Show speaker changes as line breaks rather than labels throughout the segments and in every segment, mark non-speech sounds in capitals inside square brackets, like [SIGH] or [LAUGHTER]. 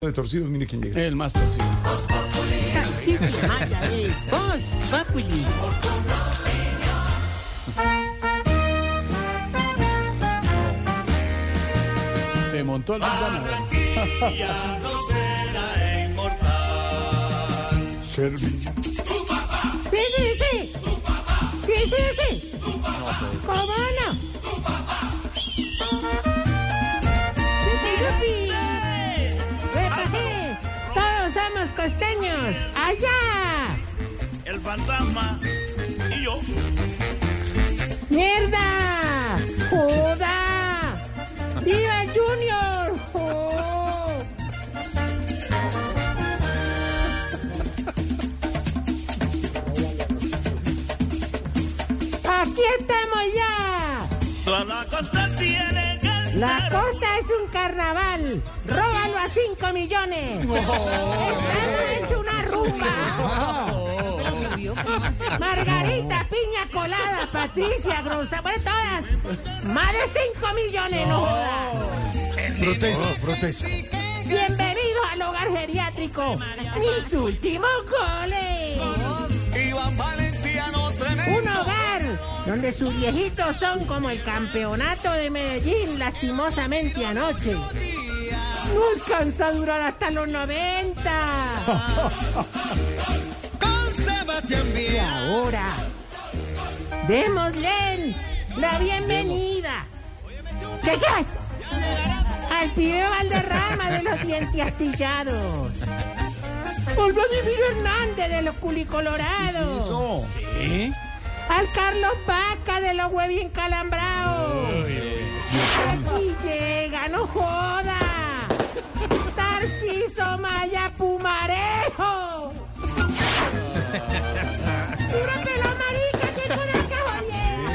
de torcidos, mire quién llega.
El más torcido.
Así se llama de Voz Populi.
Se montó el ganador.
Servi.
¿Qué dice? ¿Qué dice? ¿Cómo no? Yupi, yupi. Repajé. Todos somos costeños. ¡Allá!
el fantasma y yo.
¡Mierda! ¡Joda! ¡Viva Junior! ¡Jo! ¡Aquí estamos ya!
Toda la costa tiene que
La costa es un carnaval. Róbalo a 5 millones. Estamos hecho una rumba. Margarita, piña colada, Patricia, Grosa, bueno, todas. Más de 5 millones, no jodas.
Protesto, protesto.
Bienvenido al hogar geriátrico. Mis últimos goles.
Iván Valenciano tremendo.
Un hogar donde sus viejitos son como el campeonato de Medellín lastimosamente anoche. Nunca alcanzó a durar hasta los 90.
Con Sebastián
Y
Viera.
ahora, démosle la bienvenida. ¿Qué qué? Al pibe Valderrama de los dientes astillados. Al Vladimiro Hernández de los culicolorados.
Eso.
¿Eh?
Al Carlos Vaca de los huevi encalambrados. Aquí llega, no joda. Tarciso Maya Pumarejo. ¡Púrate la marica que con esta jodienda!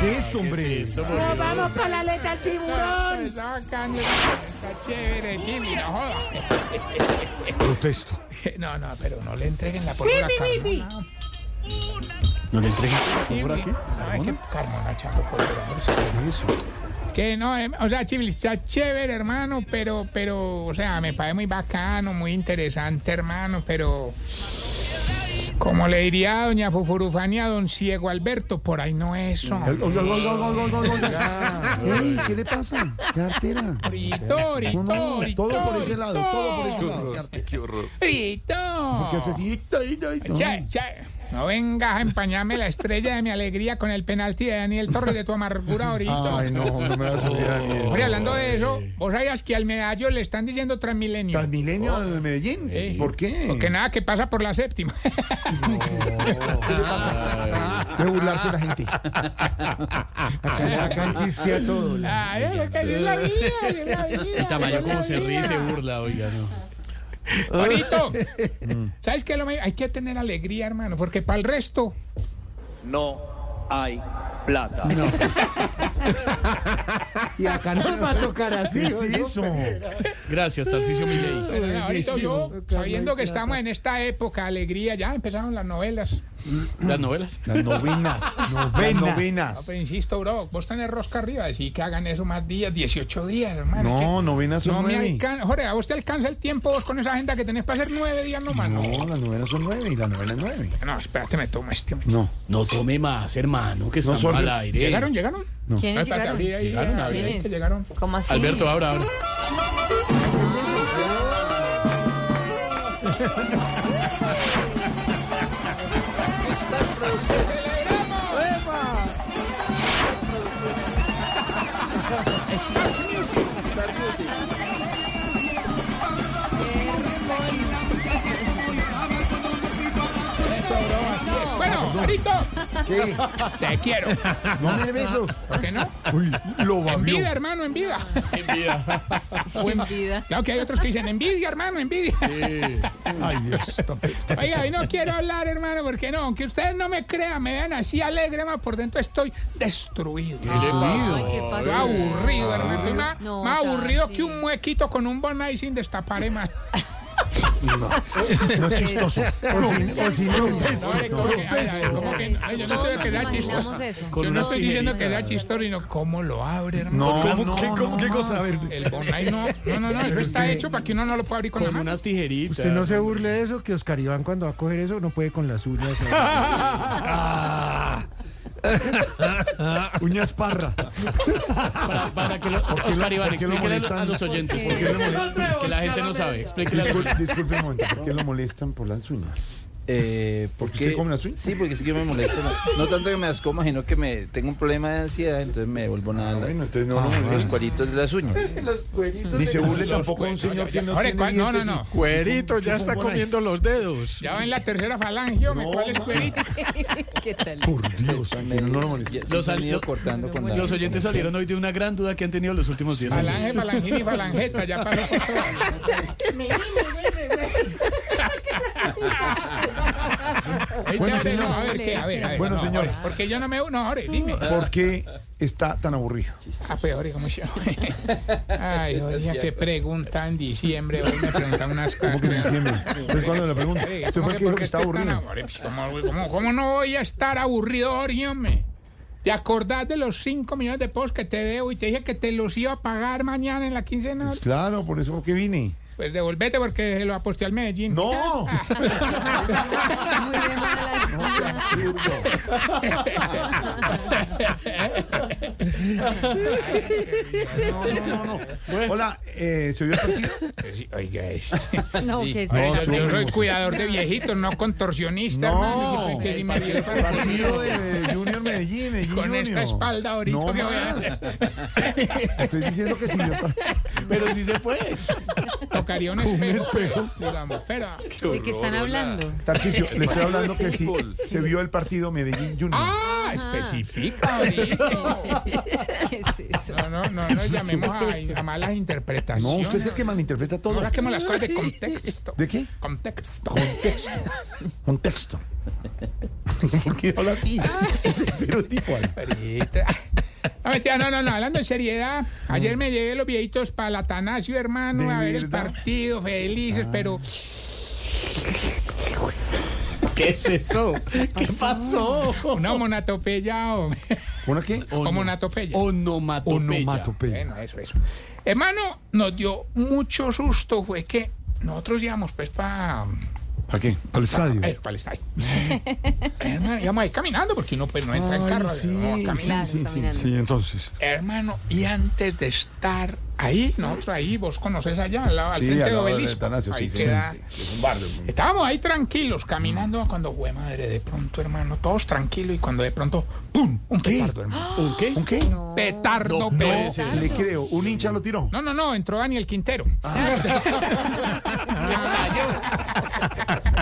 ¿Qué es, hombre?
no joda. Nos vamos para la aleta al tiburón.
Chévere, Jimmy, no joda.
Protesto.
No, no, pero no le entreguen la pólvora
¡Pipi, pipi!
No le entreguen la pólvora aquí.
Ah,
Carmona echando pólvora.
¿Qué es eso?
Que no, em, o sea, Chiblis, está chévere, hermano, pero, pero, o sea, me parece muy bacano, muy interesante, hermano, pero. Como le diría a doña Fufurufania a don Ciego Alberto, por ahí no es hombre.
Oiga, oiga, oiga, oiga, oiga, oiga, oiga. Ey, ¿qué le pasa? ¿Qué artera?
Rito,
No, no,
rito,
no,
rito,
todo por ese lado, todo por ese
rito.
lado. Qué arte. ¿Qué haces?
Rito.
Y- ay, ay, no.
Che, che, No vengas a empañarme la estrella de mi alegría con el penalti de Daniel Torres de tu amargura, Orito.
Ay, no, no me vas a olvidar.
Hombre,
mire.
hablando de eso, vos sabías que al medallo le están diciendo Transmilenio.
Transmilenio al Medellín.
Sí.
¿Por qué? [LAUGHS]
Porque nada, que pasa por la séptima. [LAUGHS]
¿Qué le pasa? Debe burlarse la gente. Acá chiste a todo.
Ay, es lo que es la vida, es la vida.
El tamaño
es
como
la
se ríe y
vida.
se burla, oiga, no.
Bonito. ¿Sabes qué? es Lo me- Hay que tener alegría, hermano, porque para el resto...
No hay plata.
Y acá no va a tocar
¿Qué es eso?
Gracias, Tarcisio Milei.
Pero ahorita yo, sabiendo que estamos en esta época, de alegría, ya empezaron las novelas.
Las novelas.
Las novenas. Las
No,
novenas.
pero insisto, bro, vos tenés rosca arriba, decir que hagan eso más días, 18 días, hermano. es que
No, novenas
no
son
me
nueve.
alcanza. Jorge, a vos te alcanza el tiempo vos con esa agenda que tenés para hacer nueve días nomás. No,
No, las novelas son nueve y la novela es nueve.
no, espérate, me tomo este.
No.
No tome más, hermano, que estamos
son-
al aire.
¿Llegaron, llegaron?
¿Quiénes llegaron?
Espérate, abrí ahí,
Llegaron,
abrí ahí,
¿Quiénes?
que llegaron.
¿Cómo así?
Alberto, ahora, ahora.
Bueno, Jorgito. Te quiero.
Dale besos.
¿Por qué no?
Lo
En
babió.
vida, hermano, en vida.
[LAUGHS]
En vida.
Claro que hay otros que dicen envidia, hermano, envidia.
Ay, Dios. está pe- está
Oiga, hoy no quiero hablar, hermano, porque no, aunque ustedes no me crean, me vean así alegre, más por dentro estoy destruido.
Ay, ¿qué
Estoy
pasó?
Ah,
aburrido, hermano. Estoy más,
No,
más aburrido
Tarsi.
que un muequito con un bonai sin destapar, hermano.
No es chistoso.
O si no,
No, hombre, ¿cómo que- a ver, a ver, ¿cómo que- ay, Yo no
No,
estoy que
Ah. nos
sea chistoso.
imaginamos eso.
[LAUGHS] Yo no
una
estoy diciendo que sea
tijerita.
chistoso, sino cómo lo abre, hermano.
No,
¿Cómo?
no,
¿Qué, cómo,
no
qué
más.
cosa? A ver,
El bonai no, no, no, no, eso está hecho para que uno no lo pueda abrir con la
con
mano.
unas tijeritas.
usted no se burle de eso, que Oscar Iván cuando va a coger eso no puede con las uñas.
[LAUGHS] Uñas parra.
Para, para que lo, Oscar Iván, explíquele a los oyentes,
¿Por qué?
porque que la gente no sabe. Explíquele a los
Disculpe, disculpe un momento, ¿por qué lo molestan por las uñas?
Eh, porque
usted come las uñas?
Sí, porque sí que me molesta. No, no tanto que me las coma, sino que me tengo un problema de ansiedad, entonces me vuelvo nada.
Bueno, entonces no, no,
los
no.
cueritos de las uñas.
Ni se burle tampoco a un señor que no
Ahora,
tiene
¿cuál- no, no,
dientes y-
no.
Con-
Cuerito
con
ya está
chupones.
comiendo los dedos.
Ya va en la tercera falange, hombre, ¿cuál es cuerito?
[LAUGHS] ¿Qué tal?
Por Dios, pero no lo molesta.
Ya, sí,
Los
me han
an-
ido cortando con la-
Los oyentes salieron hoy de una gran duda que han tenido los últimos días.
Falange, falangina y falangeta, ya para
Me di, me di, me di.
bueno,
Bueno,
señor.
señor.
Este a ver, ¿qué? A ver, a ver.
Bueno,
no,
señor.
ore, porque yo no me... No, ore, dime.
¿Por qué está tan aburrido?
Ah, pues, ore, como
[LAUGHS]
yo. Ay, oiga, qué pregunta en diciembre. Hoy me preguntan unas
¿Cómo
[LAUGHS]
que en
cosas.
diciembre? Entonces cuando le pregunto,
Sí,
usted
¿cómo
fue el que dijo
por
que
qué
está
estoy tan
aburrido.
aburrido? Pues, ¿Cómo, cómo- cómo no voy a estar aburrido, Ori, hombre? ¿Te acordás de los 5 millones de pesos que te debo y te dije que te los iba a pagar mañana en la quincena?
Pues claro, por eso que vine.
Pues devolvete porque se lo aposté al Medellín. [LAUGHS]
¡No! [LAUGHS]
Muy de malas.
No, no, no, no. Hola, eh, ¿se vio el partido?
Oiga, es...
No,
Sí.
que sí.
No,
Oiga, yo
sí.
soy cuidador de viejitos, no contorsionista,
No.
hermano. Yo soy que sí me dio el
Partido
partido.
de Junior
[LAUGHS]
Medellín, Medellín
Con esta
Junior.
espalda ahorita
No
que voy a-
más. Estoy diciendo que si yo
Pero sí se puede.
Tocaría un espejo.
espejo.
Digamos, pero... ah,
¿De qué están hablando?
Tarcicio, le estoy hablando que si se vio el partido Medellín Junior.
Ah, especifica,
[LAUGHS]
Mauricio.
¿Qué es eso?
No, no, no, no llamemos a, a malas interpretaciones.
no, usted es el que malinterpreta todo.
Ahora quemo las cosas de contexto.
¿De qué?
Contexto.
Contexto. Contexto. [LAUGHS] ¿Por qué habla así?
Ah.
[LAUGHS] Pero tipo
Perita. No, mentira, no, no, no, hablando de seriedad. Ayer me llevé los viejitos para el Atanasio, hermano,
Ah. ¿De
a ver el
verdad?
partido, felices, pero.
¿Qué es eso? ¿Qué pasó?
Ah.
Una monatopeya, hombre.
¿Una qué?
Como una topeya.
Onomatopeya.
Bueno, eso, eso. Hermano, nos dio mucho susto, fue que nosotros íbamos, pues, para.
¿Para qué? Al estadio.
Eh, ¿Cuál está ahí? [LAUGHS] hermano, íbamos ahí caminando, porque uno pues, no entra en carro. no,
sí,
caminando.
Claro,
sí, sí, sí,
caminando.
sí, entonces.
Hermano, y antes de estar ahí, nosotros ahí, vos conocés allá, al, lado, al
Sí,
frente
al
de
lado del
Obelisco.
Atanasio,
ahí
sí, sí,
queda.
sí, sí, es un Mm. barrio.
Estábamos ahí tranquilos, caminando, cuando, güey, madre, de pronto, hermano, todos tranquilos, y cuando de pronto, ¡pum! Un petardo, hermano.
¿Un qué?
¿Un qué? No,
Petardo,
No,
pero-
no.
le creo. Un hincha lo [LAUGHS] tiró.
No, no, no, entró Daniel Quintero.
Ah.
[LAUGHS]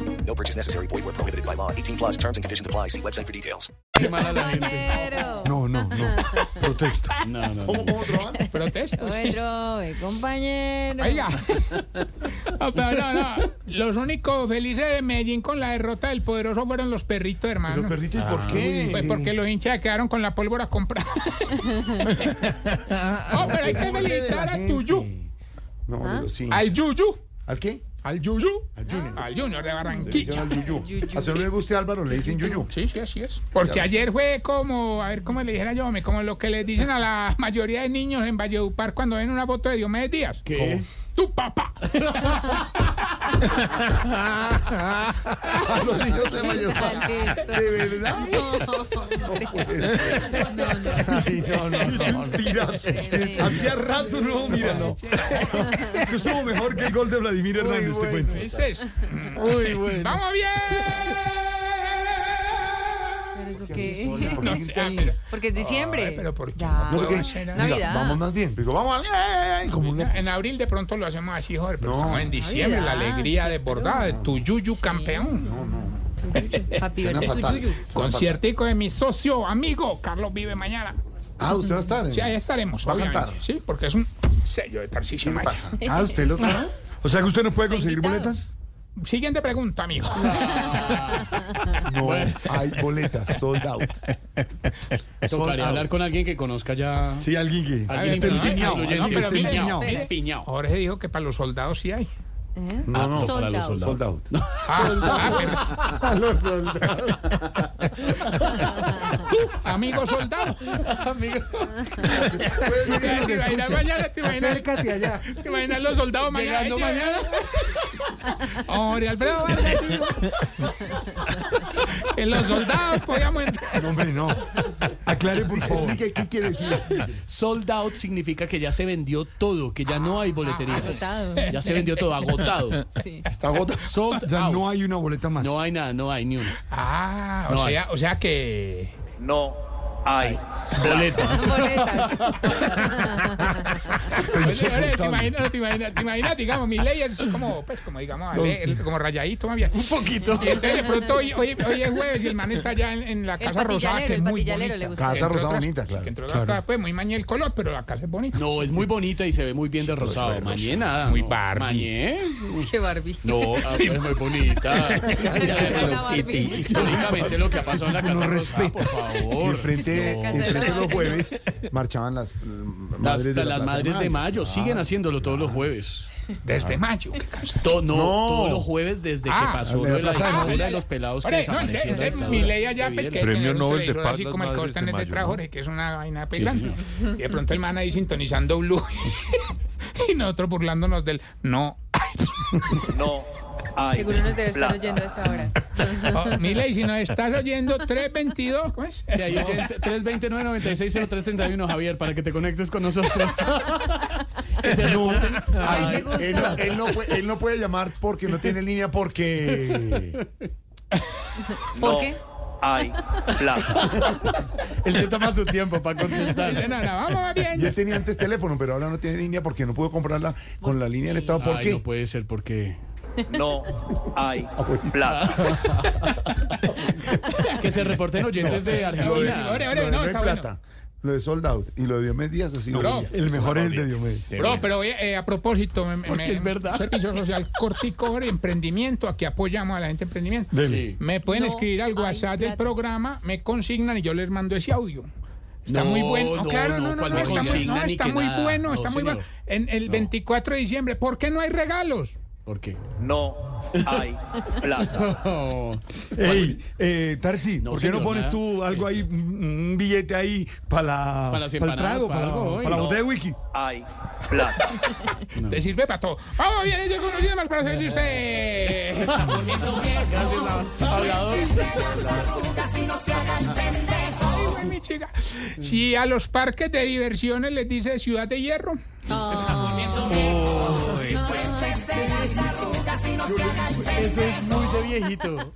No purchase necessary. Void where prohibited by law. 18 plus terms and conditions apply. See website for details.
Qué mala la gente.
Compañero.
No, no, no. Protesto.
No, no, no.
¿Cómo, cómo trobar?
Protestos.
Oye,
eh,
drogue, compañero.
Oiga. No, pero no, no. Los únicos felices de Medellín con la derrota del poderoso fueron los perritos, hermano.
¿Los perritos y por qué?
Pues porque los hinchas quedaron con la pólvora
[LAUGHS]
comprada. oh, pero hay que felicitar a ¿Ah? tu yu,
No, pero sí.
al Yuyu,
¿Al qué?
al Yuyu,
Al Junior.
al Junior
Le
de
dicen
Barranquilla.
al Yuyu. A su amigo usted Álvaro le dicen Yuyu.
Sí, sí, así es. Porque ayer fue como, a ver cómo le dijera yo, [LAUGHS] hombre, como lo que les dicen a la mayoría de niños en Valledupar cuando ven una foto de Diomedes Díaz.
¿Qué?
tu
[LAUGHS]
papá.
A los niños se lo llevaron. ¿De verdad?
Ay, no, no, Es un tirazo. Hacía rato, no, mira, no. Esto Estuvo mejor que el gol de Vladimir Hernández, te cuento.
¿Dices?
Muy bueno.
¡Vamos bien!
¿Eso
Sí,
qué?
así suena,
No
porque
sé,
está ahí.
pero- Porque es diciembre.
ah, Ay, pero ¿por qué?
Ya.
No,
No, porque-
será.
diga,
Navidad.
vamos más bien. Digo, vamos a- ¡Ay! Como una-
En abril de pronto lo hacemos así, joder, pero
No.
estamos en diciembre,
Navidad,
la alegría desbordada de tu yuyu campeón.
Papi,
Suena
verte tu
fatal.
yuyu.
Conciertico de mi socio, amigo, Carlos Vive mañana.
Ah, usted va a estar. ¿eh?
Sí, ahí estaremos,
Va a cantar.
obviamente. Sí, porque es un sello de Tarcisio Maya.
Pasa. Ah, usted lo sabe.
O sea que usted no puede
Está
conseguir
invitado.
boletas.
Siguiente pregunta, amigo.
No hay boletas, sold out. Sold
Tocaría hablar
out.
con alguien que conozca ya.
Sí, alguien que.
Alguien
este
que
no,
esté
no, no,
influyente,
pero
esté
mire,
piñao,
espere.
piñao.
Jorge dijo que para los soldados sí hay.
¿Eh?
No, no,
Sold
para los
out.
Sold out.
Ah, ah, pero-
A los soldados.
amigo soldado. ¿Te imaginas mañana? ¿Te imaginas?
Acércate allá.
¿Te imaginas los soldados mañana?
Llegando
Ay, Hombre, Alfredo Vargas, digo. Que los soldados podíamos entrar.
No, hombre, no.
Aclare, por favor.
Diga, ¿qué quiere decir?
Sold out significa que ya se vendió todo, que ya no hay boletería.
Agotado.
Ya se vendió todo, agotado.
Sí.
Está gota.
Sold
Ya
out.
no hay una boleta más.
No hay nada, no hay ni una.
Ah, o
No hay.
sea, o sea que.
No hay
Boletas.
Oye, oye, ¿Te imaginas, te imaginas, te imaginas, digamos, mi ley es como, pues, como digamos, ale- como rayadito más bien.
Un poquito.
Y entonces de pronto hoy, hoy, hoy es jueves y el man está allá en, en la
El
Casa
patillalero,
Rosada, que es
el
muy
patillalero le
bonita.
gusta.
Casa
Entre
Rosada
otras-
bonita, claro,
que Entre otras
claro.
cosas, pues muy mañana el color, pero la casa es bonita.
No, es muy bonita y se ve muy bien de rosado. Mañé nada.
Muy
no.
Barbie.
Mañé.
Qué Barbie.
No, ah, pues, muy
[LAUGHS]
bonita. Históricamente lo que ha pasado en la
tipo no
Casa Rosada, por
Y
favor.
enfrente,
No.
enfrente de los jueves marchaban las mm,
Las,
madres de la
las
Plaza Ah.
madres de mayo siguen haciéndolo todos los jueves.
Desde mayo, qué casa.
To- no,
No.
todos los jueves desde
Ah,
que pasó
de
lo
la
de la
Plaza de
dictadura
Mayo.
de los pelados que
Oye, no, entonces,
desaparecieron.
entonces mi ley allá, pues, que
Evidente.
tener
Premio
un
Nobel de
televisor
Paz,
así
las
como el que
madres
está
de
en
mayo,
detrás,
¿no?
Jorge, que es una vaina pelando. y de pronto el man ahí sintonizando Blue [LAUGHS] y nosotros burlándonos del no.
No hay
Seguro nos debe estar
plata.
oyendo hasta ahora.
[LAUGHS] Oh, mi ley, si nos estás oyendo, 322, ¿cómo
[LAUGHS]
es?
Si hay oyente, 320-996-0331, Javier, para que te conectes con nosotros. [LAUGHS] Que se reporten.
Ay, me
Mayo. Él no,
gusta.
él no puede, él no puede llamar porque no tiene línea porque
¿Por
No
qué?
hay plata.
Él se toma su tiempo para
No, no,
contestar.
vamos
y
bien.
él tenía antes teléfono, pero ahora no tiene línea porque no pudo comprarla con la línea del Estado. ¿Por
Ay,
qué?
no puede ser, porque...
No hay plata.
Que se reporten oyentes Este de
Lo de,
Argentina.
Ore,
lo
ore,
de
no,
no hay
está bueno.
plata, lo de sold out y lo de Diomedes Díaz ha sido
No,
brilla.
El mejor es el de Diomedes.
Bro, pero eh, a propósito, me- me-
Porque
me-
es verdad.
Servicio social cortico, ore, emprendimiento, aquí apoyamos a la gente de emprendimiento.
Sí.
Me pueden
No
escribir al
hay
WhatsApp del
plata.
programa, me consignan y yo les mando ese audio. Está
No,
muy bueno. No,
no,
claro,
no,
no, no,
¿cuál
no,
me
está muy,
consignan
no,
ni
está
que
muy
nada?
bueno,
No,
está muy
señor.
bueno. En el 24 de diciembre, ¿por qué no hay regalos?
¿Por qué? [LAUGHS]
No hay plata.
Ey, eh, Tarsi,
No,
¿por qué no
señor,
pones
nada.
tú algo ahí, un un billete ahí para la,
Para las
para el trago,
empanadas, para
para, la-
algo hoy,
para la
¿no?
botella de whisky?
Hay plata.
Te sirve para todo. Vamos, bien, yo con los más para servirse. Ay, güey, mi chica. Si a los parques de diversiones les dice Ciudad de Hierro.
Eso es muy de viejito.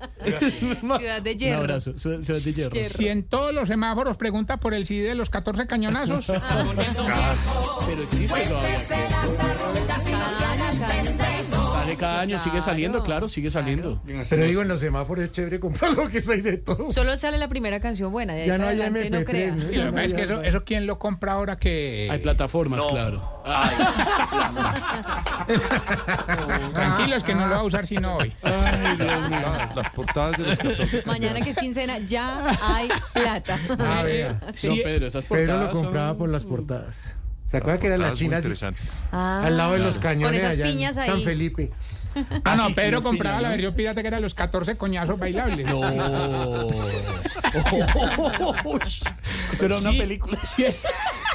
Ciudad de
Un
Hierro.
abrazo. Su- Ciudad de Hierro.
Hierro.
Si en todos los semáforos pregunta por el CD de los
[LAUGHS]
14 cañonazos.
Ah, Pero existe todavía.
Caña, caña, caña.
Sale cada año, sigue saliendo, claro, sigue saliendo.
Pero digo, en los semáforos es chévere comprar lo que soy de todo.
Solo sale la primera canción buena. De ahí
Ya no
para
hay
adelante, no
MP3.
crea.
¿no?
Y lo que pasa es que eso, eso quién lo compra ahora que.
Hay plataformas,
No
claro.
hay
Tranquilos que no lo va a usar sino
[LAUGHS]
hoy.
Ay, Dios mío.
Las portadas de los 14
Mañana que es quincena, ya hay plata.
Ah,
A ver.
No,
si-
Pedro, esas portadas
Pedro lo compraba
son-
por las portadas. ¿Se acuerdan que eran las
portadas muy
chinas
interesantes.
Ah.
al lado de los cañones
esas
allá en
piñas ahí.
San Felipe?
Ah,
Ah, sí,
no, Pedro
los
compraba
pillaron.
la versión pirata que eran los 14 coñazos bailables.
No. Eso era una
Sí,
película.
sí es-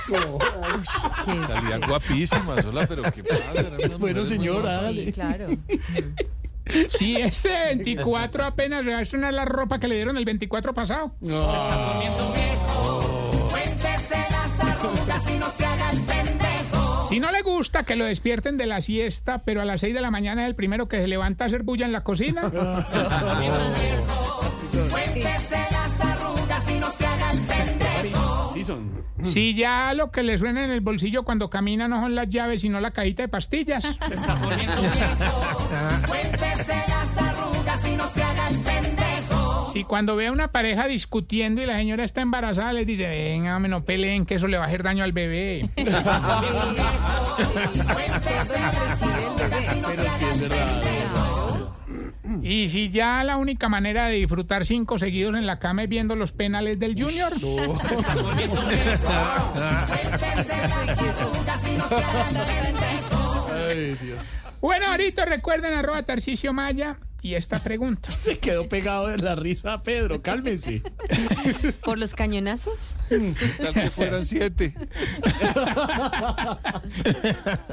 rico.
Salían guapísimas, hola, pero qué padre. eran unas
Bueno,
mujeres muy
señora,
guapas.
dale.
claro.
Sí, este 24 apenas le va a estrenar la ropa que le dieron el 24 pasado.
[LAUGHS] Cuéntese las arrugas y no se haga el pendejo.
Si no le gusta que lo despierten de la siesta, pero a las 6 de la mañana es el primero que se levanta a hacer bulla en la cocina.
Cuéntese las arrugas y no se haga el pendejo.
Sí, son.
Si ya lo que le suena en el bolsillo cuando camina no son las llaves, sino la cajita de pastillas.
Cuéntese las arrugas y no se haga el pendejo.
Si cuando ve a una pareja discutiendo y la señora está embarazada, les dice, venga, hombre, no peleen, que eso le va a hacer daño al bebé.
Pero sí es verdad.
Y si ya la única manera de disfrutar cinco seguidos en la cama es viendo los penales del Junior. [LAUGHS]
Cuéntese las arrugas y no se haga el pendejo.
Ay, Dios.
Bueno, ahorita recuerden arroba Tarcicio Maya y esta pregunta.
Se quedó pegado de la risa, Pedro. Cálmense.
¿Por los cañonazos?
Tal que fueran siete.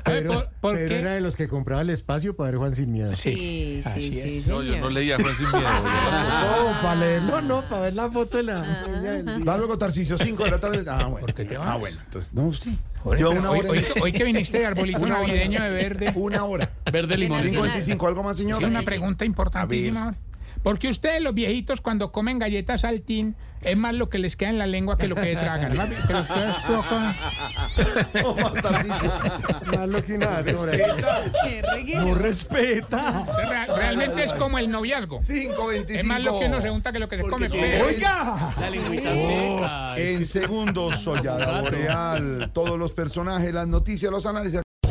Eh, ¿por- por
Pero
qué?
era de los que compraba el espacio para ver Juan sin miedo.
Sí, sí, sí.
No, yo no leía a Juan sin miedo.
No, Oh, para leerlo, no, para ver la foto de la dueña del día.
Va luego Tarcicio, 5 de la tarde. Ah, bueno. Ah, bueno. Entonces,
No, usted.
lleva
Pero
una
hoy,
hora.
hoy- hoy que viniste de
[LAUGHS]
arbolito
Una hora.
navideño de verde,
Una hora.
Verde limón.
Nacional.
5.25, ¿algo más, señor?
es una pregunta importantísima. Porque ustedes, los viejitos, cuando comen galletas saltín, es más lo que les queda en la lengua que lo que
[LAUGHS]
tragan. ¿no? Pero ustedes tocan-
Más lo que una hora.
Qué reguero.
No respeta.
Real- realmente es como el noviazgo.
5.25.
Es más lo que uno se junta que lo que se come. pero-
¡Oiga!
La lengüita
Oh,
seca.
en
[LAUGHS]
segundos, Sollada Boreal. Todos los personajes, las noticias, los análisis.